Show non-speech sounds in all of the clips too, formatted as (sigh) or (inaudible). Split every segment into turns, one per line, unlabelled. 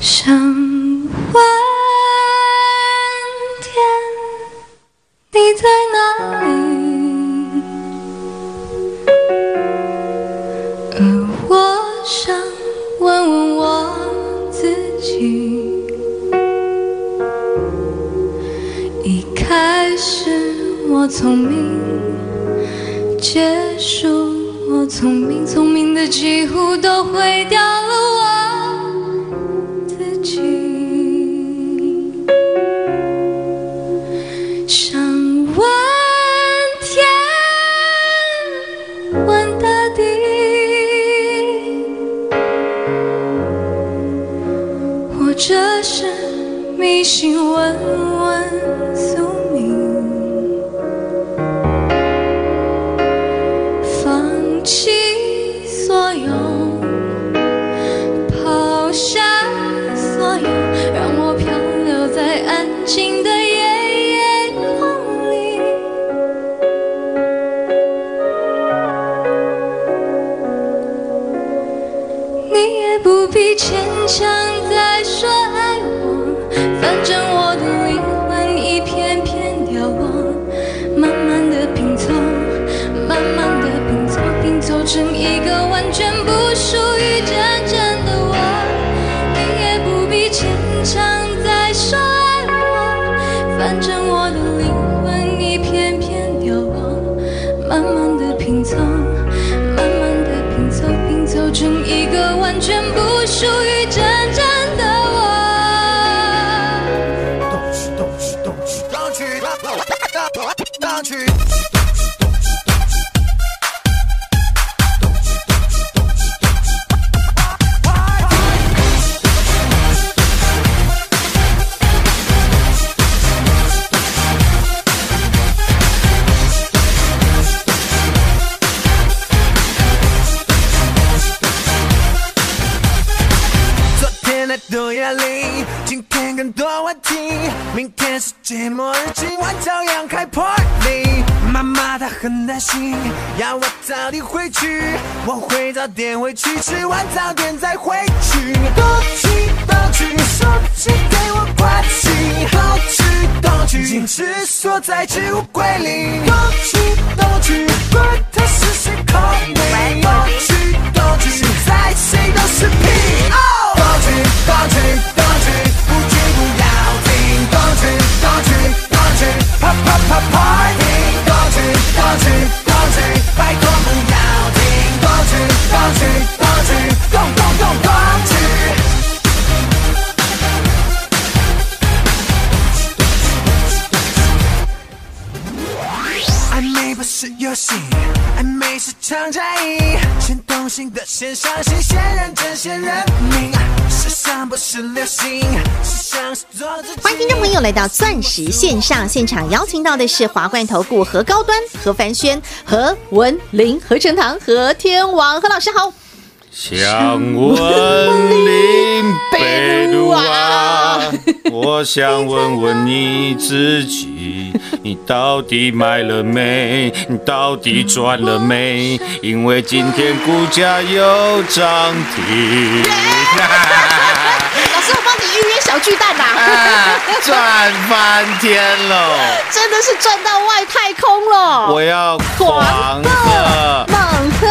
想问天，你在哪里？而呃我想问问我自己，一开始我聪明，结束我聪明，聪明的几乎都毁掉了我。自己。想问天，问大地，或者是迷信问问宿命，放弃所有。抛下所有，让我漂流在安静的夜夜梦里。你也不必牵强再说爱我，反正我的灵魂一片片凋亡，慢慢的拼凑，慢慢的拼凑，拼凑成一个完全不属于真正的我。你也不必牵强再说爱我，反正我的灵魂一片片凋亡，慢慢的拼凑，慢慢的拼凑，拼凑成一个完全不属于真正的我。
浪去，浪去，浪去。昨天的毒液里，今天更多问题，明天世界末日，今晚照样开 party。妈妈她很担心，要我早点回去，我会早点回去，吃完早点再回去。东去东去，手机给我关机。东去东去，矜持锁在置物柜里。东去东去，管他是谁 call me。东去东去，现在谁都是屁。哦动去动去动去，不去不要停。动去动去动去，啪啪啪 party。动去动去动去，拜托不要停。动去动去动去，动动动动去。暧昧不是游戏，暧昧是场战役。先动心的先伤心，先认真先认命。时尚不是流行，时尚是做自己。
欢迎听众朋友来到钻石线上现场，邀请到的是华冠投顾何高端、何凡轩、何文林、何成堂、何天王，何老师好。
想问林北路啊，我想问问你自己， (laughs) 你到底买了没？你到底赚了没？因为今天股价又涨停， (laughs)
老师，我帮你预约小巨蛋呐、
啊赚翻天喽！
(laughs) 真的是赚到外太空了，
我要狂
哎
贺
猛贺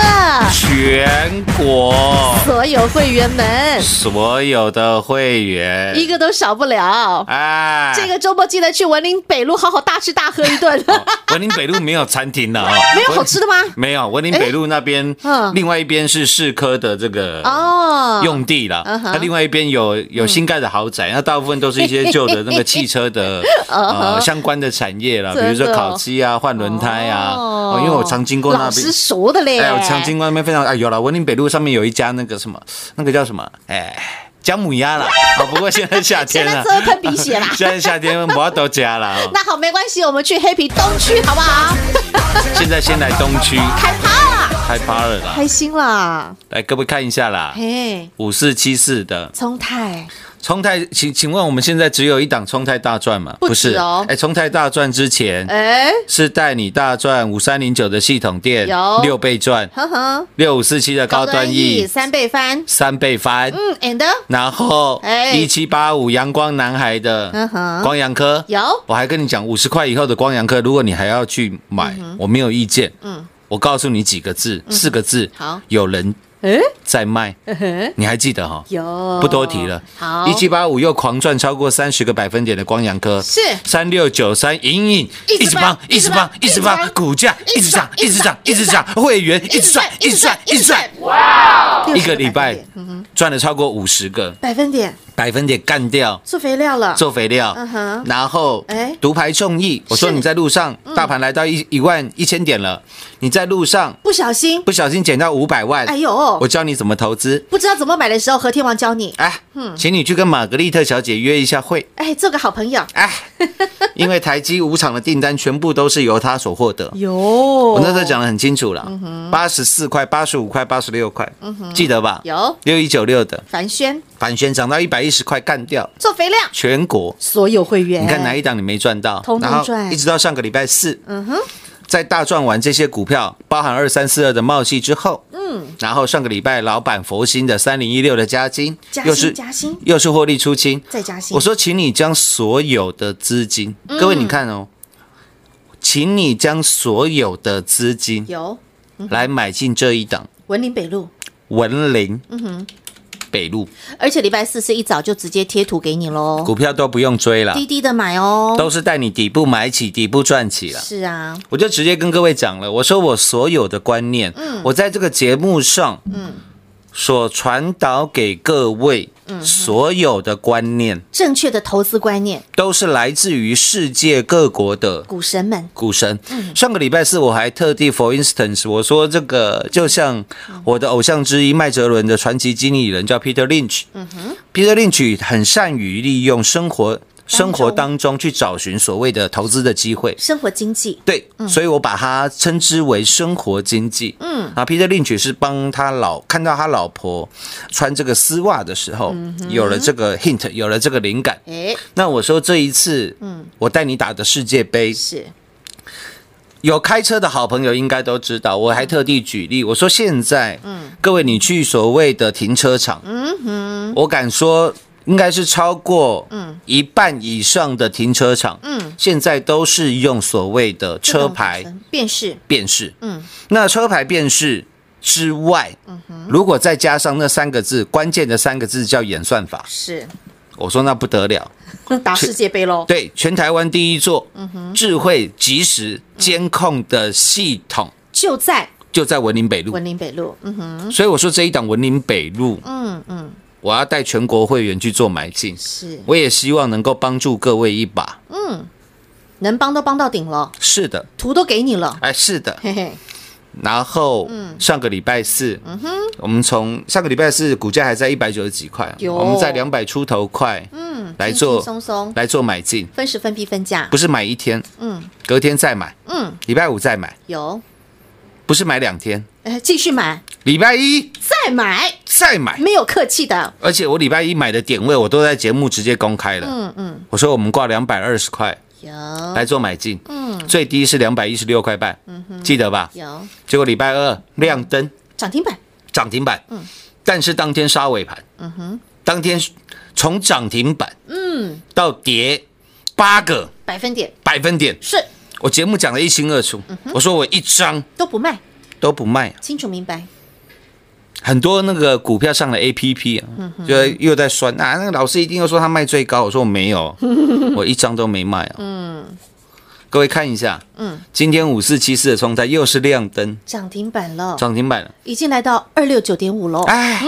全国
所有会员们，
所有的会员，
一个都少不了。
哎，
(laughs) 这个周末记得去文林北路好好大吃大喝一顿，
文林北路没有餐厅了啊、
(laughs) 没有好吃的吗？
没有，文林北路那边，
嗯
另外一边是市科的这个
(laughs) 哦
用地啦，啊
嗯哼
那另外一边有有新盖的豪宅，那大部分都是一些旧的那个汽车的 (laughs) 呃相关的产业啦，比
嗯真的
如说烤漆啊、换轮胎啊，哦，因为我常经过那
老
边
师。熟的嘞，
哎，我常经过那边非常哎，有了文林北路上面有一家那个什么，那个叫什么？哎，姜母鸭啦。啊，不过现在夏
(laughs)
天
现在
了。
只，会喷鼻血啦
(laughs) 现在夏天我要都加了。哦
那好，没关系，我们去黑皮东区好不
(laughs)
好？
现在先来东区
开趴啦，
开趴了啦，
开心啦，
来各位看一下啦，
嘿，
五四七四的
聪泰
冲泰，请请问我们现在只有一档冲泰大赚吗？
不止哦
哎，冲泰大赚之前
哎，
是带你大赚五三零九的系统店
有
六倍赚，
呵呵，
六五四七的高端 E
三倍翻，
三倍翻，
嗯，and
然后
哎
一七八五阳光男孩的
嗯哼
光阳科
有
我还跟你讲五十块以后的光阳科，如果你还要去买，我没有意见。嗯，我告诉你几个字，四个字，
嗯好
有人
哎，(laughs)
在卖，
嘿
你还记得哈？
有，
不多提了。
好，
一七八五又狂赚超过三十个百分点的光阳科，
是
三六九三隐隐
一
一
直
直
帮
帮一直帮一直
一直帮
帮，股价一直涨一直涨一直涨，会员一直赚一直赚一直赚，，一个礼拜赚了超过五十个
嗯百分点
百分点，干掉。
做肥料了，
做肥料
嗯哼，
然后
哎
独排众议。我说
是
你在路上，大盘来到一一万一千点了，你在路上
不小心
不小心捡到五百万，
哎呦
我教你怎么投资。
不知道怎么买的时候，何天王教你，
哎，请你去跟玛格丽特小姐约一下会。
哎，做个好朋友，
哎，因为台积五厂的订单全部都是由他所获得。
有，
我
我
那时候讲的很清楚了，八十四块、八十五块、八十六块，记得吧？
有
六一九六的
凡轩
反旋涨到一百一十块，干掉
做肥料，
全国。
所有会员，
你看哪一档你没赚到
通，通
然后
赚
一直到上个礼拜四，嗯哼，在大赚完这些股票，包含二三四二的茂系之后，嗯，然后上个礼拜老板佛心的三零一六的加金
加，薪
又是
加薪
又是获利出清，
再加薪，
我说，请你将所有的资金，
嗯
各位你看哦，请你将所有的资金
有嗯
来买进这一档
文林北路。
文林，
嗯
北路
而且礼拜四是一早就直接贴图给你喽，
股票都不用追了
滴，滴的买哦。
都是带你底部买起，底部赚起了。
是啊，
我就直接跟各位讲了，我说我所有的观念，
嗯
我在这个节目上，所传导给各位
嗯
所有的观念，
正确的投资观念，
都是来自于世界各国的
股神们
股神。上个礼拜四我还特地，for instance，我说这个就像我的偶像之一麦哲伦的传奇经理人叫 Peter Lynch。嗯哼，Peter Lynch 很善于利用生活生活当中去找寻所谓的投资的机会。
生活经济
对，所以我把它称之为生活经济。嗯，啊，Peter Lynch 是帮他老看到他老婆穿这个丝袜的时候，有了这个 hint，有了这个灵感。
哎
那我说这一次，嗯，我带你打的世界杯，
是
有开车的好朋友应该都知道，我还特地举例，我说现在，嗯，各位你去所谓的停车场，嗯哼，我敢说应该是超过嗯一半以上的停车场，嗯，现在都是用所谓的
自动
车牌
储存便是
辨识，
嗯
嗯，那车牌辨识之外，如果再加上那三个字关键的三个字叫演算法，
是
我说那不得了，
打世界杯喽，
对，全台湾第一座智慧及时监控的系统。
就在
就在文林北路
文，林北路，嗯哼，
所以我说这一档文林北路，嗯嗯，我要带全国会员去做买进，
是
我也希望能够帮助各位一把。
能帮都帮到顶了，
是的，
图都给你了，
哎，是的。
嘿嘿，
然后
嗯
上个礼拜四，我们从上个礼拜四股价还在一百九十几块，啊
有
我们在两百出头块，嗯，来
轻
做
轻松松
来做买进，
分时分批分价
不是买一天，嗯，隔天再买，
嗯
嗯，礼拜五再买，
有，
不是买两天，
哎，继续买
礼拜一
再买，
再买。
没有客气的，
而且我礼拜一买的点位，我都在节目直接公开了。嗯嗯，我说我们挂两百二十块
有
来做买进，嗯，最低是两百一十六块半，记得吧？
有
结果礼拜二亮灯
涨停板
涨停板，嗯，但是当天杀尾盘，嗯哼，当天从涨停板，嗯，到跌八个
百分点
百分点，
是
我节目讲的一清二楚，我说我一张
都不卖，
都不卖，
清楚明白，
很多那个股票上了 A P P 啊，就又在酸啊，那个老师一定又说他卖最高，我说我没 (laughs) 有，我一张都没卖啊。嗯，各位看一下，嗯，今天五四七四的冲泰又是亮灯
涨停板了，
涨停板了，
已经来到二六九点五喽，
哎，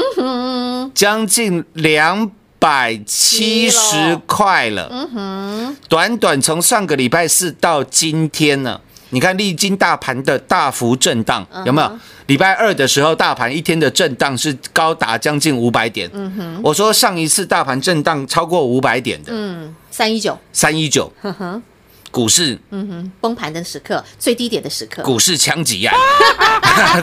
将近两百七十块了，嗯哼，短短从上个礼拜四到今天呢，你看历经大盘的大幅震荡，
嗯
有没有？礼拜二的时候，大盘一天的震荡是高达将近五百点。嗯哼，我说上一次大盘震荡超过五百点的
嗯，三一九，
三一九
呵呵，
股市，
嗯哼，崩盘的时刻，最低点的时刻，
股市枪击案， (laughs)
哎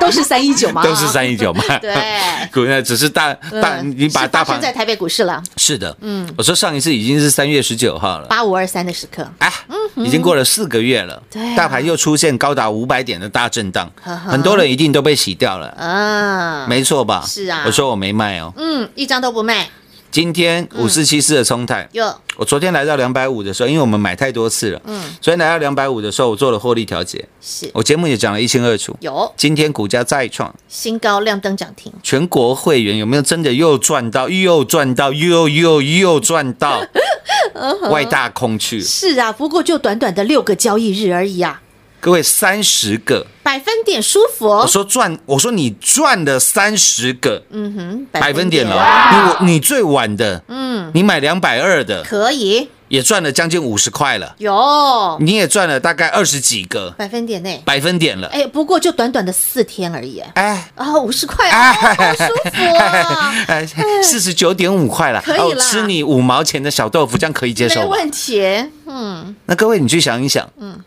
都是三一九吗？
都是，三一九嘛。
对，
(laughs) 股呢只是大大，
嗯
你把
是
大
发生
盘
在台北股市了，
是的，嗯，我说上一次已经是三月十九号了。
八五二三的时刻，
哎，已经过了四个月了，
对啊
大盘又出现高达五百点的大震荡，
呵呵
很多人一定都被洗掉了，
嗯，
没错吧？
是啊
我说我没卖哦。
嗯，一张都不卖，
今天五四七四的冲泰，
哟，
我昨天来到两百五的时候，因为我们买太多次了，嗯，昨天来到两百五的时候，我做了获利调节，
是
我节目也讲了一清二楚。
有
今天股价再创
新高亮灯涨停，
全国会员有没有真的又赚到又赚到又又又赚
(laughs)
到，
嗯
外大空去？
是啊，不过就短短的六个交易日而已啊，
各位三十个，
百分点舒服哦
我，说赚，我说你赚了三十个
嗯哼，
百分点了，哦你我你最晚的，嗯，你买两百二的
可以
也赚了将近五十块了，
有
你也赚了大概二十几个
百分点内，
百分点了，
哎，不过就短短的四天而已，哎
哎。
啊，五十块，哦好舒服啊。
哎，四十九点五块了，
可以
哦
啦
吃你五毛钱的小豆腐，这样可以 (laughs) 接
没
受吗？
问题，嗯，
那各位，你去想一想，嗯，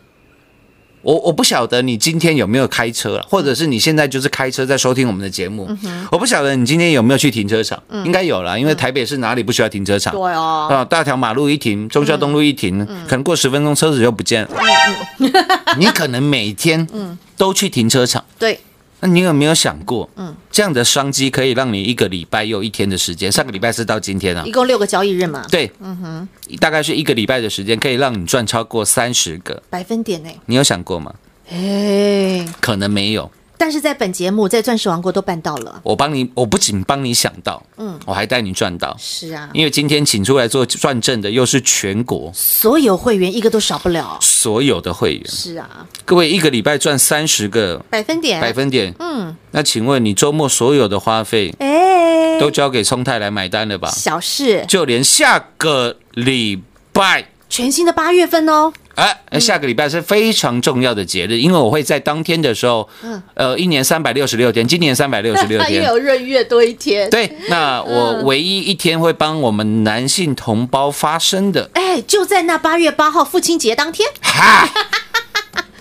我我不晓得你今天有没有开车了，或者是你现在就是开车在收听我们的节
嗯
目，我不晓得你今天有没有去停车场，应该有啦，因为台北是哪里不需要停车场？
对嗯哦，
啊，大条马路一停，中孝东路一停，可能过十分钟车子就不见了。
嗯
(laughs) 你可能每天都去停车场，
对，
那你有没有想过，
嗯
这样的商机可以让你一个礼拜又一天的时间，上个礼拜是到今天啊
一，共六个交嗯易日嘛，
对，大概是一个礼拜的时间，可以让你赚超过三十个。
百分点呢，
你有想过吗？
哎，
可能没有。
但是在本节目在钻石王国都办到了，
我帮你，我不仅帮你想到，嗯，我还带你赚到。
是啊，
因为今天请出来做转正的，又是全国
所有会员一个都少不了，
所有的会员，
是啊，
各位一个礼拜赚三十个
百分点，
百分点，
哎嗯，
那请问你周末所有的花费
哎，
都交给聪泰来买单了吧？
小事，
就连下个礼拜。
全新的八月份哦，
哎、下个礼拜是非常重要的节日，因为我会在当天的时候，
嗯
呃，一年三百六十六天，今年三百六十
(laughs)
六天，
越有润越多一 (laughs) 天，，
对，那我唯一一天会帮我们男性同胞发声的，
哎，就在那八月八号父亲节当天，
哈，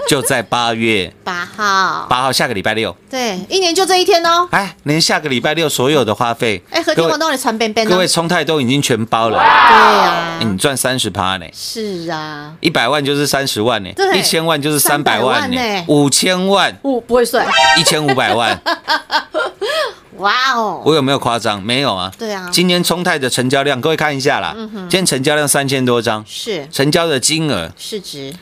就在八月
八号，
八号，下个礼拜六。
对，一年就这一天哦，
哎，连下个礼拜六所有的花费，
哎，和
各
天
位
王都来传便便哦，
各位冲太都已经全包了，
对啊
哎，你赚三十趴呢。
是啊，
一百万就是三十万呢、
对
一千万就是三百万呢、
300万呢
五千万
我不会算，
一千五
(laughs)
百万，
哇哦，
我有没有夸张？没有啊。
对啊嗯
今年冲太的成交量，各位看一下啦，今天成交量三千多张，
是
成交的金额
市值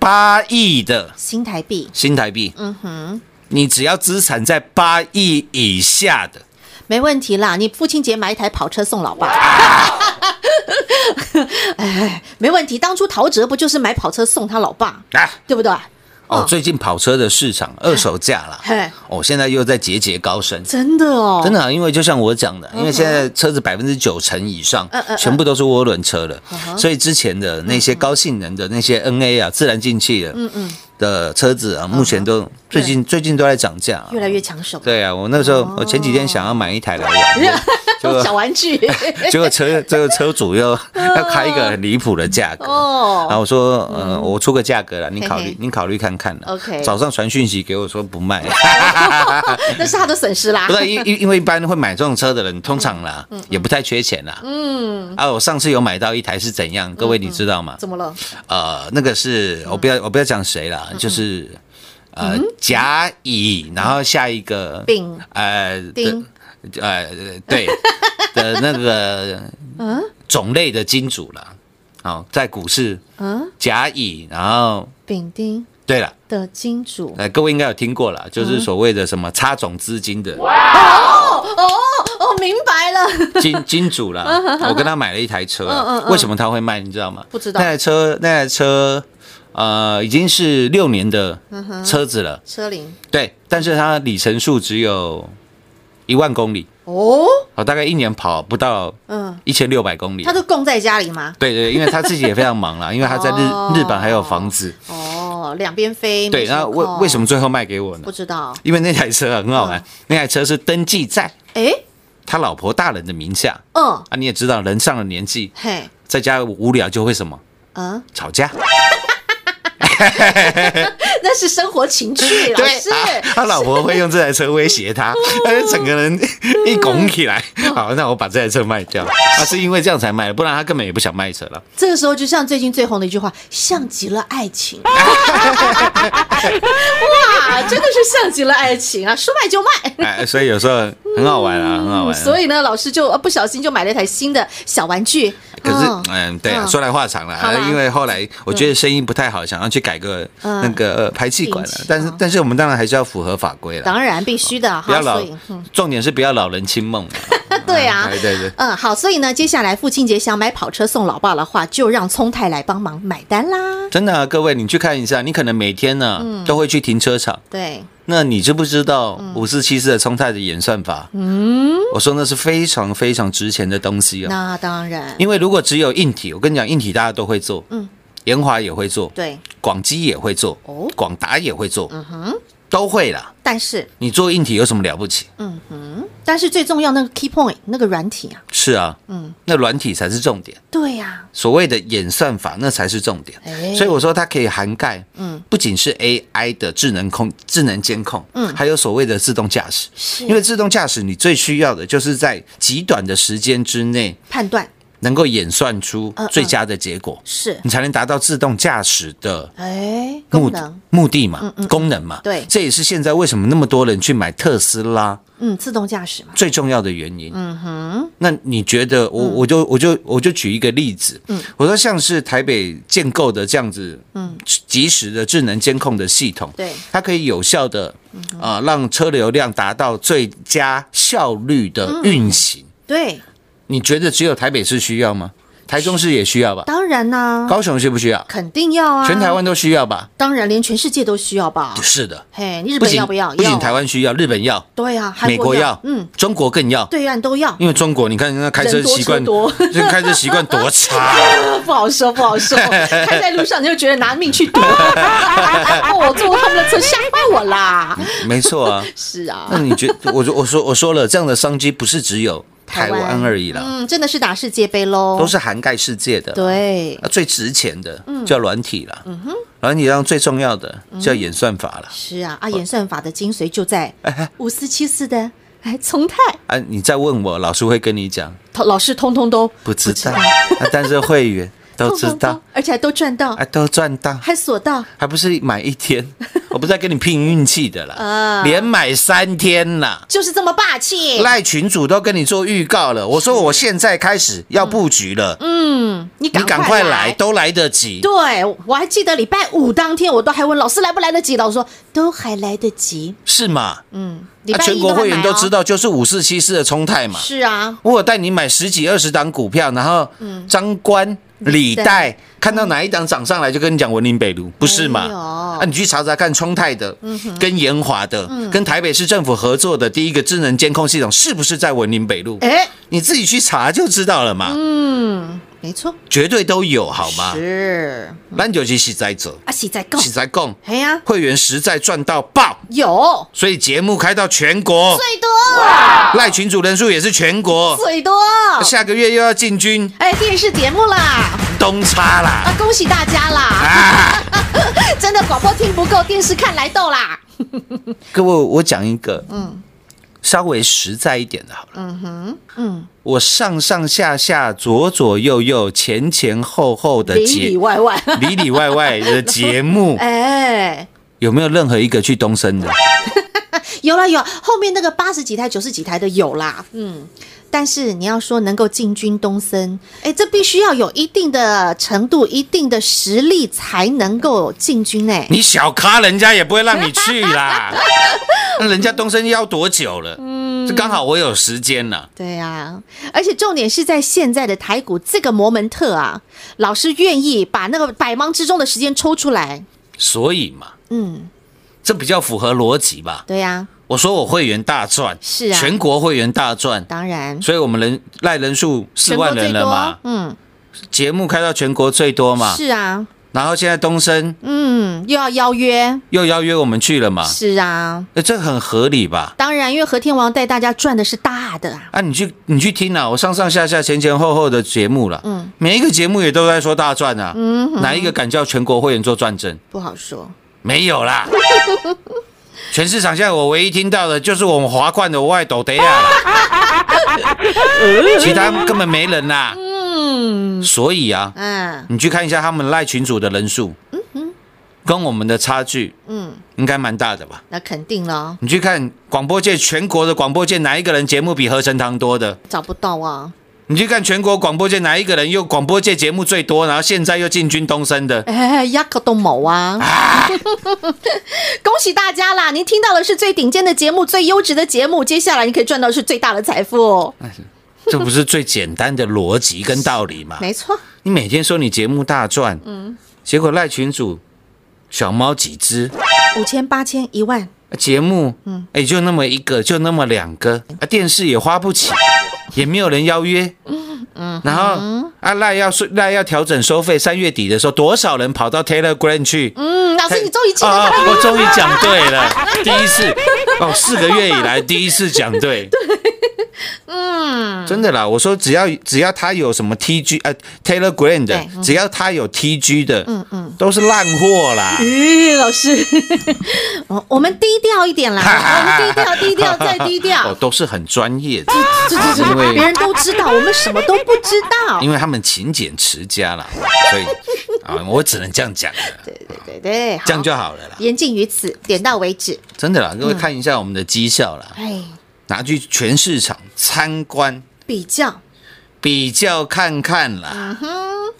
八亿的
新台币。
新台币。嗯哼，你只要资产在八亿以下的，
没问题啦，你父亲节买一台跑车送老 (laughs) 爸。哎，没问题。当初陶喆不就是买跑车送他老爸，
啊，
对不对？
哦
嗯，
最近跑车的市场二手价啦
嘿，
哦，现在又在节节高升。
真的哦，
真的、啊，因为就像我讲的，因为现在车子百分之九成以上
嗯嗯
全部都是涡轮车了，所以之前的那些高性能的那些 NA 啊，自然进气的，嗯嗯，的车子
嗯
啊，目前都最近最近都在涨价啊。
越来越哦抢手。
对啊，我那时候我前几天想要买一台
(laughs)
来玩，结果
小玩
(laughs)
具 (laughs)
结果车这个车主又要开一个很离谱的价格。然
哦，
后我说，呃，我出个价格了，你考
嘿
虑
嘿，
你考虑看看啦
OK
早上传讯息给我说不卖，
(laughs) 那是他的损失啦
不。是因因因为一般会买这种车的人，通常啦
嗯
也不太缺钱啦。嗯。啊，我上次有买到一台是怎样？各位你知道吗？
怎么了？
呃，那个
嗯
是我不要我不要讲谁啦，就是呃甲乙，然后下一个
丙
呃
丁
的呃
(laughs)
对的那个
嗯
种类的金主啦。好，在股市
嗯，
甲乙，然后
丙丁
对了，
的金主
呃，各位应该有听过啦，
嗯
就是所谓的什么差种资金的
哦，明白了。
金金
(laughs)
主啦，我跟他买了一台车啊
嗯嗯嗯，嗯
为什么他会卖，你知道吗？
不知道
那台车，那台车，呃，已经是六年的 (laughs)
嗯
车子了，
车龄
对，但是它里程数只有一万公里，
哦，
哦，大概一年跑不到
嗯，
一千六百公里
他。都供在家里吗？
对对，因为他自己也非常忙啦，因为他在日、
哦
日本还有房子。
哦，两边飞。
对，那为为什
么
么最后卖给我呢
不？知道？嗯
因为那台车很好玩，那台车是登记在
哎，
他老婆大人的名下
嗯，
啊。你也知道，人上了年纪，
嘿，
在家无聊就会什么 (laughs)
嗯，
吵架。
那是生活情趣，老
对，
师。哦
啊他老婆会用这台车威胁他，他就整个人一拱起来。
嗯
好，那我把这台车卖掉。他是因为这样才卖的，不然他根本也不想卖车了。
这个时候就像最近最红的一句话，像极了爱
(laughs)
情。哇，真的是像极了爱情啊，说卖就卖。
哎，所以有时候很好玩啊，很好玩啊。
嗯 (laughs) 所以呢，老师就呃不小心就买了一台新的小玩具。
可是
嗯，
嗯，对啊，
嗯
说来话长了
好吧，
因为后来我觉得生意不太好，想要去改个
嗯
那个呃排气管了
引起，
但是
嗯
但是我们当然还是要符合法规了，
当然必须的
不要
哈，
老
所以嗯，。
重点是不要老人清梦了
对啊
哎对对，
嗯，好，所以呢，接下来父亲节想买跑车送老爸的话，就让聪太来帮忙买单啦。
真的啊，各位你去看一下，你可能每天
嗯
呢都会去停车场，
对，
那你知不知道五四七四的冲太的演算法？嗯，我说那是非常非常值钱的东西啊，
那当然，
因为如果只有硬体，我跟你讲，硬体大家都会做，嗯，延华也会做，
对，
广基也会做
哦，
广达也会做，嗯哼，都会啦。
但是，
你做硬体有什么了不起？
但是最重要那个 key point 那个软体啊，
是啊，嗯，那软体才是重点，
对呀、
所谓的演算法那才是重点。
哎
所以我说它可以涵盖，嗯，不仅是 AI 的智能控、智能监控，嗯，还有所谓的自动驾驶。
是
因为自动驾驶你最需要的就是在极短的时间之内
判断
能够演算出
嗯嗯
最佳的结果，
是，
你才能达到自动驾驶的。
哎，
目
功能，嗯
目的嘛，功能嘛，
对
这也是现在为什么那么多人去买特斯拉，
嗯，自动驾驶嘛，
最重要的原因。嗯哼，那你觉得
嗯
我我就我就我就举一个例子，嗯，我说像是台北建构的这样子，嗯，及时的智能监控的系统，
对嗯
它可以有效的啊、呃让车流量达到最佳效率的
嗯
运行。
对，
你觉得只有台北市需要吗？台中市也需要吧？
当然呢、
高雄需不需要？
肯定要啊，
全台湾都需要吧？
当然连全世界都需要吧？
是的，
嘿，日
不
本
仅
要不要？
不仅
要啊
台湾需要，日本要，
对啊，韩
美国要，
嗯，，
中国更要。
对岸都要，
因为中国，你看那开车
人多
习惯，
车
(laughs)
多
这开车习惯多差。
(laughs) 不好说，不好
(laughs)
说。开在路上你就觉得拿命去赌， (laughs) 哦，我坐过他们的车，吓坏我啦！
没错啊，
是
那
啊，
你觉得我说我说我说了，这样的商机不是只有台
台湾
湾而已啦，
嗯，真的是打世界杯喽，
都是啊涵盖世界的。
对，嗯
啊，最值钱的叫软体啦，软体上最重要的叫演算法啦。
是啊，啊，演算法的精髓就
(laughs)
在五四七四的哎，从泰
啊，你再问我，老师会跟你讲，
老师通通都
不知道，啊，但是
(laughs)
会员都知
通通
道
都，而且还都赚到
啊，，都赚到，
还锁到，
还不是买一天，
(laughs)
我不是在跟你拼运气的
啊
啦，连买三天啦。
就是这么霸气。
赖群主都跟你做预告了，我说我现在开始要布局了，
你
你赶快来，
嗯来。
都来得及。
对，我还记得礼拜五当天，我都还问老师来不来得及，老师说都还来得及。
是嘛？
嗯，礼
那
拜一
啊全国会员都知
道。
道，就是五四七四的冲泰嘛。
是啊，
我有带你买十几二十档股票，然后
嗯
张冠李戴，看到哪一档涨上来就跟你讲文林北路，不是
嗯没有嗯
嘛？啊，你去查查看冲泰的，跟延华的，跟台北市政府合作的第一个智能监控系统是不是在文林北路？
哎，
你自己去查就知道了嘛，
没错，
绝对都有，好吗？
是
咱就是实在做，
啊，喜
(laughs)
在够，
实在讲，
哎呀，
会员实在赚到爆，
有
所以节目开到全国，
最多
赖群主人数也是全国，
最多，
下个月又要进军
哎，电视节目啦，
东差啦
啊，恭喜大家啦！
啊！
(laughs) 真的广播听不够，电视看来斗
(laughs)
啦。
各位，我讲一个，嗯，稍微实在一点的，好了，嗯哼，嗯，我上上下下、左左右右、前前后后的
里里
节。
外外， (laughs)
里里外外的节目
哎，
有没有任何一个去东升的？
有啦有，后面那个八十几台、九十几台的有啦，嗯。但是你要说能够进军东森，哎，这必须要有一定的程度、一定的实力才能够进军哎、
你小咖，人家也不会让你去啦。那人家东升要多久了？这刚好我有时间了。
对啊，而且重点是在现在的台股这个摩门特啊，老师愿意把那个百忙之中的时间抽出来，
所以嘛，
嗯，
这比较符合逻辑吧？
对呀、啊
我我说我会员大赚，
是啊
全国会员大赚，
当然，
所以我们人赖人数四
全国
万
最
人
多
了嘛，
嗯，
节目开到全国最多嘛，
是啊，
然后现在东升
嗯，又要邀约，
又邀约我们去了嘛，
是啊，
哎，这很合理吧？
当然，因为和天王带大家赚的是大的啊，
啊，你去你去听啊，我上上下下前前后后的节目了，嗯，每一个节目也都在说大赚啊，嗯，哪一个敢叫全国会员做转正？
不好说。
没有 (laughs) 啦。全市场现在我唯一听到的就是我们华冠的外斗德 (laughs) 啊，其他根本没人啦。嗯，所以啊，
嗯，
你去看一下他们赖群主的人数，跟我们的差距，嗯，应该蛮大的吧？
那肯定了，
你去看广播界全国的广播界哪一个人节目比合成堂多的？
找不到啊。 (laughs)
你去看全国广播界哪一个人又广播界节目最多，然后现在又进军东升的？
哎，一个都冇啊！ (laughs) 恭喜大家啦！您听到的是最顶尖的节目，最优质的节目，接下来你可以赚到的是最大的财富。
哎这不是最简单的逻辑跟道理吗？
没错，
你每天说你节目大赚，嗯，结果赖群主小猫几只，啊
五千、八千、一万，
节目，嗯，哎，就那么一个，就那么两个，啊，电视也花不起，也没有人邀约，嗯，然后啊赖要说赖要调整收费，三月底的时候，多少人跑到 Telegram 去？
嗯，老师你终于记得
哦
他
哦我终于讲对
(laughs)
了，第一次哦，四个月以来第一次讲
(laughs)
对。嗯，真的啦，我说只要只要他有什么 TG 呃 Telegram 的
对，嗯
只要他有 TG 的，嗯嗯，都是烂货啦。
咦，嗯老 (laughs) 师，哦我我们低调一点啦，我哦们低调，低调再低
(laughs) 哦，啊
调，
都是很专业的，
这这
因
这
为
别人都知道，我们什么都不知道。
因为他们勤俭持家啦，所
(laughs)
以啊，我只能这样讲了，
对对对对，好
这样就好了啦。
言尽于此，点到为止。
真的啦，各
嗯
位看一下我们的绩效啦，
哎，
拿去全市场参观
比较，
比较看看
嗯
啦，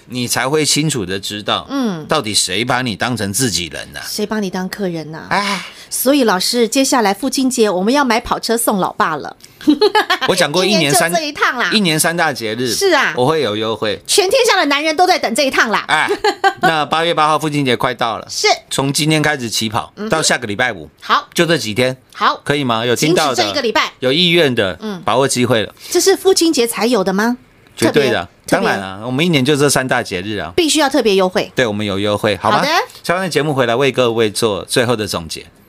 你才会清楚的知道，嗯，到底谁把你当成自己人呢？
谁把你当客人呐、 (laughs)
哎，
所以老师，接下来父亲节我们要买跑车送老爸了，
(laughs) 我讲
(laughs)
过
一
一
年
年三
就这一趟啦
一年三大节日
是啊
我会有优惠。
全天下的男人都在等这一趟啦。 (laughs)
哎，那八月八号父亲节快到了，
是，
从今天开始起跑，
嗯
到下个礼拜五，
好，
就这几天，
好，
可以吗？有听到
仅止这一个
的，
礼拜，
有意愿的，把握机会了，
这是父亲节才有的吗？
绝对的。
特别
当然，了、我们一年就这三大节日啊，
必须要特别优惠。
对我们有优惠，好吗？
好的
下半的节目回来为各位做最后的总结。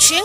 全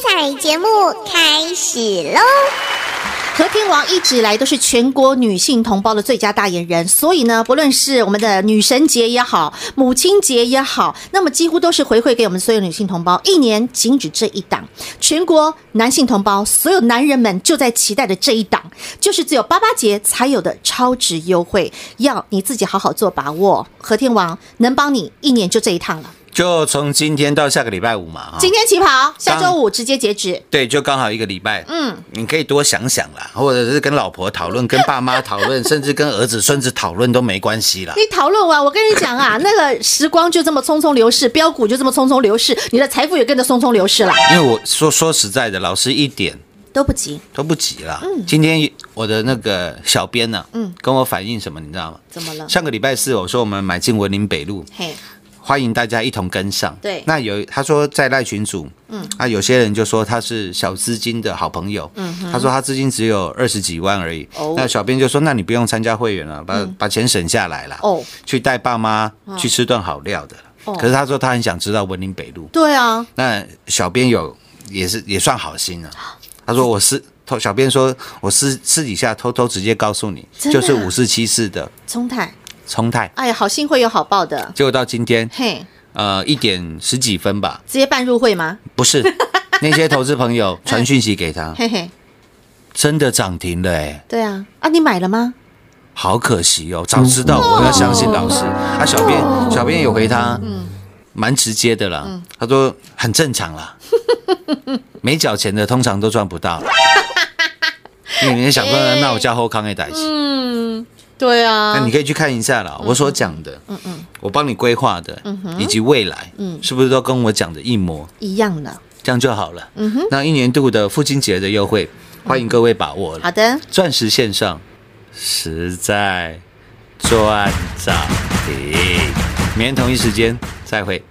彩节目开始喽！
和天王一直以来都是全国女性同胞的最佳代言人，所以呢，不论是我们的女神节也好，母亲节也好，那么几乎都是回馈给我们所有女性同胞。一年仅止这一档，全国男性同胞，所有男人们就在期待的这一档，就是只有八八节才有的超值优惠，要你自己好好做把握。和天王能帮你一年就这一趟了，
就从今天到下个礼拜五嘛，哈
今天起跑，下周
当
五直接截止。
对，就刚好一个礼拜。嗯，你可以多想想啦，或者是跟老婆讨论、跟爸妈讨
(laughs)
论，甚至跟儿子、孙子讨论都没关系啦。
你讨论完，我跟你讲啊， (laughs) 那个时光就这么匆匆流逝，标股就这么匆匆流逝，你的财富也跟着匆匆流逝了，
因为我说说实在的，老师一点
都不急。
都不急啦。
嗯
今天我的那个小编呢、嗯，跟我反映什么，你知道吗？
怎么了
上个礼拜四我说我们买进文林北路，
嘿，
欢迎大家一同跟上。
对
那有他说在赖群组，嗯，啊，有些人就说他是小资金的好朋友，嗯，他说他资金只有二十几万而已。
哦嗯
那小编就说，那你不用参加会员了，把、把钱省下来啦，
哦，
去带爸妈去吃顿好料的。
哦
可是他说他很想知道文林北路，
对啊，
那小编有也是也算好心了、
啊
他说我私偷，小编说我私私底下偷偷直接告诉你，
真的
就
啊
是五四七四的
冲太，
冲泰，
哎呀，好心会有好报的，
结果到今天
嘿，
呃一点十几分吧，
直接办入会吗？
不是那些投资朋友传讯息给他，
嘿嘿，
真的涨停了哎、
对啊，啊，你买了吗？
好可惜哦，早知道我要相信老师。啊，小编小编有回他，蛮直接的啦，他说很正常啦，没缴钱的通常都赚不到啦。因为你也想说，那我叫后康也逮起，
对啊
那你可以去看一下啦。我所讲的，我帮你规划的，以及未来，是不是都跟我讲的一模？
一样的，
这样就好了。那一年度的父亲节的优惠，欢迎各位把握了。
好的，
钻石线上实在赚涨停。明天同一时间再会。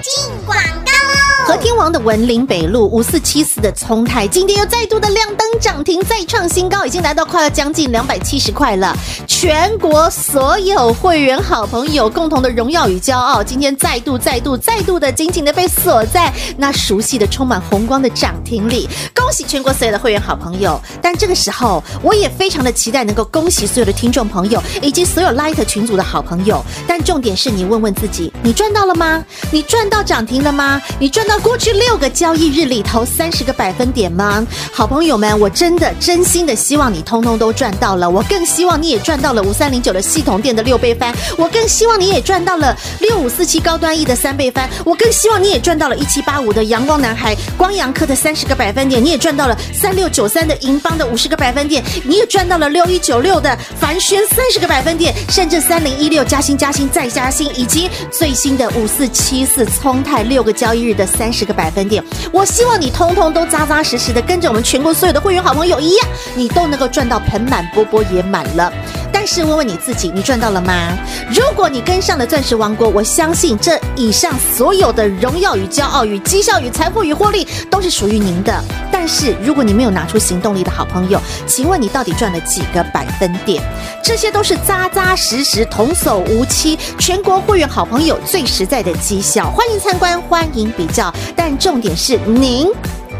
进广告喽！
和天王的文林北路五四七四的聪泰，今天又再度的亮灯涨停，再创新高，已经来到快要将近两百七十块了。全国所有会员好朋友共同的荣耀与骄傲，今天再度、再度、再度的紧紧的被锁在那熟悉的、充满红光的涨停里。恭喜全国所有的会员好朋友！但这个时候，我也非常的期待能够恭喜所有的听众朋友以及所有 Light 群组的好朋友。但重点是你问问自己，你赚到了吗？你赚到涨停了吗？你赚到过去六个交易日里头三十个百分点吗？好朋友们，我真的真心的希望你通通都赚到了，我更希望你也赚到了五三零九的系统店的六倍翻，我更希望你也赚到了六五四七高端 E 的三倍翻，我更希望你也赚到了一七八五的阳光男孩光阳科的三十个百分点，你也赚到了三六九三的银邦的五十个百分点，你也赚到了六一九六的凡轩三十个百分点，甚至三零一六加薪加薪再加薪，以及最新的五四七四聪泰六个交易日的三十个百分点。我希望你通通都扎扎实实的跟着我们全国所有的会员好朋友一样，你都能够赚到盆满钵钵也满了。但是问问你自己，你赚到了吗？如果你跟上了钻石王国，我相信这以上所有的荣耀与骄傲与绩效与财富与获利都是属于您的。但是如果你没有拿出行动力的好朋友，请问你到底赚了几个百分点？这些都是扎扎实实、童叟无欺，全国会员好朋友最实在的绩效。欢迎参观，欢迎比较，但重点是您。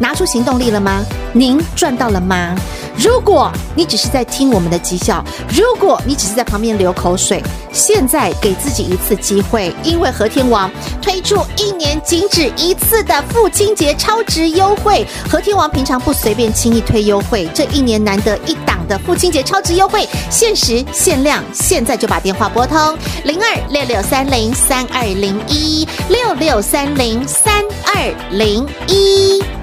拿出行动力了吗？您赚到了吗？如果你只是在听我们的绩效，如果你只是在旁边流口水，现在给自己一次机会，因为和天王推出一年仅止一次的父亲节超值优惠。和天王平常不随便轻易推优惠，这一年难得一档的父亲节超值优惠，限时限量，现在就把电话拨通零二六六三零三二零一六六三零三二零一。